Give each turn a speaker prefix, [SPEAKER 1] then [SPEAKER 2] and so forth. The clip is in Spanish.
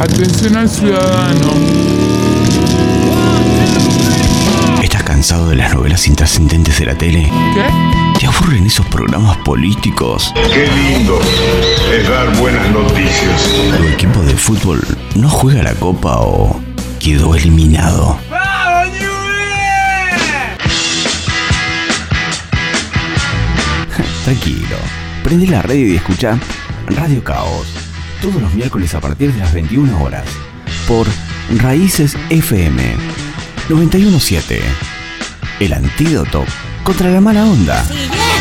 [SPEAKER 1] Atención al ciudadano.
[SPEAKER 2] ¿Estás cansado de las novelas intrascendentes de la tele?
[SPEAKER 1] ¿Qué?
[SPEAKER 2] ¿Te aburren esos programas políticos?
[SPEAKER 3] Qué lindo es dar buenas noticias.
[SPEAKER 2] ¿Tu equipo de fútbol no juega la copa o quedó eliminado? Tranquilo, prende la radio y escucha Radio Caos todos los miércoles a partir de las 21 horas por Raíces FM 917. El antídoto contra la mala onda.
[SPEAKER 4] Y yeah.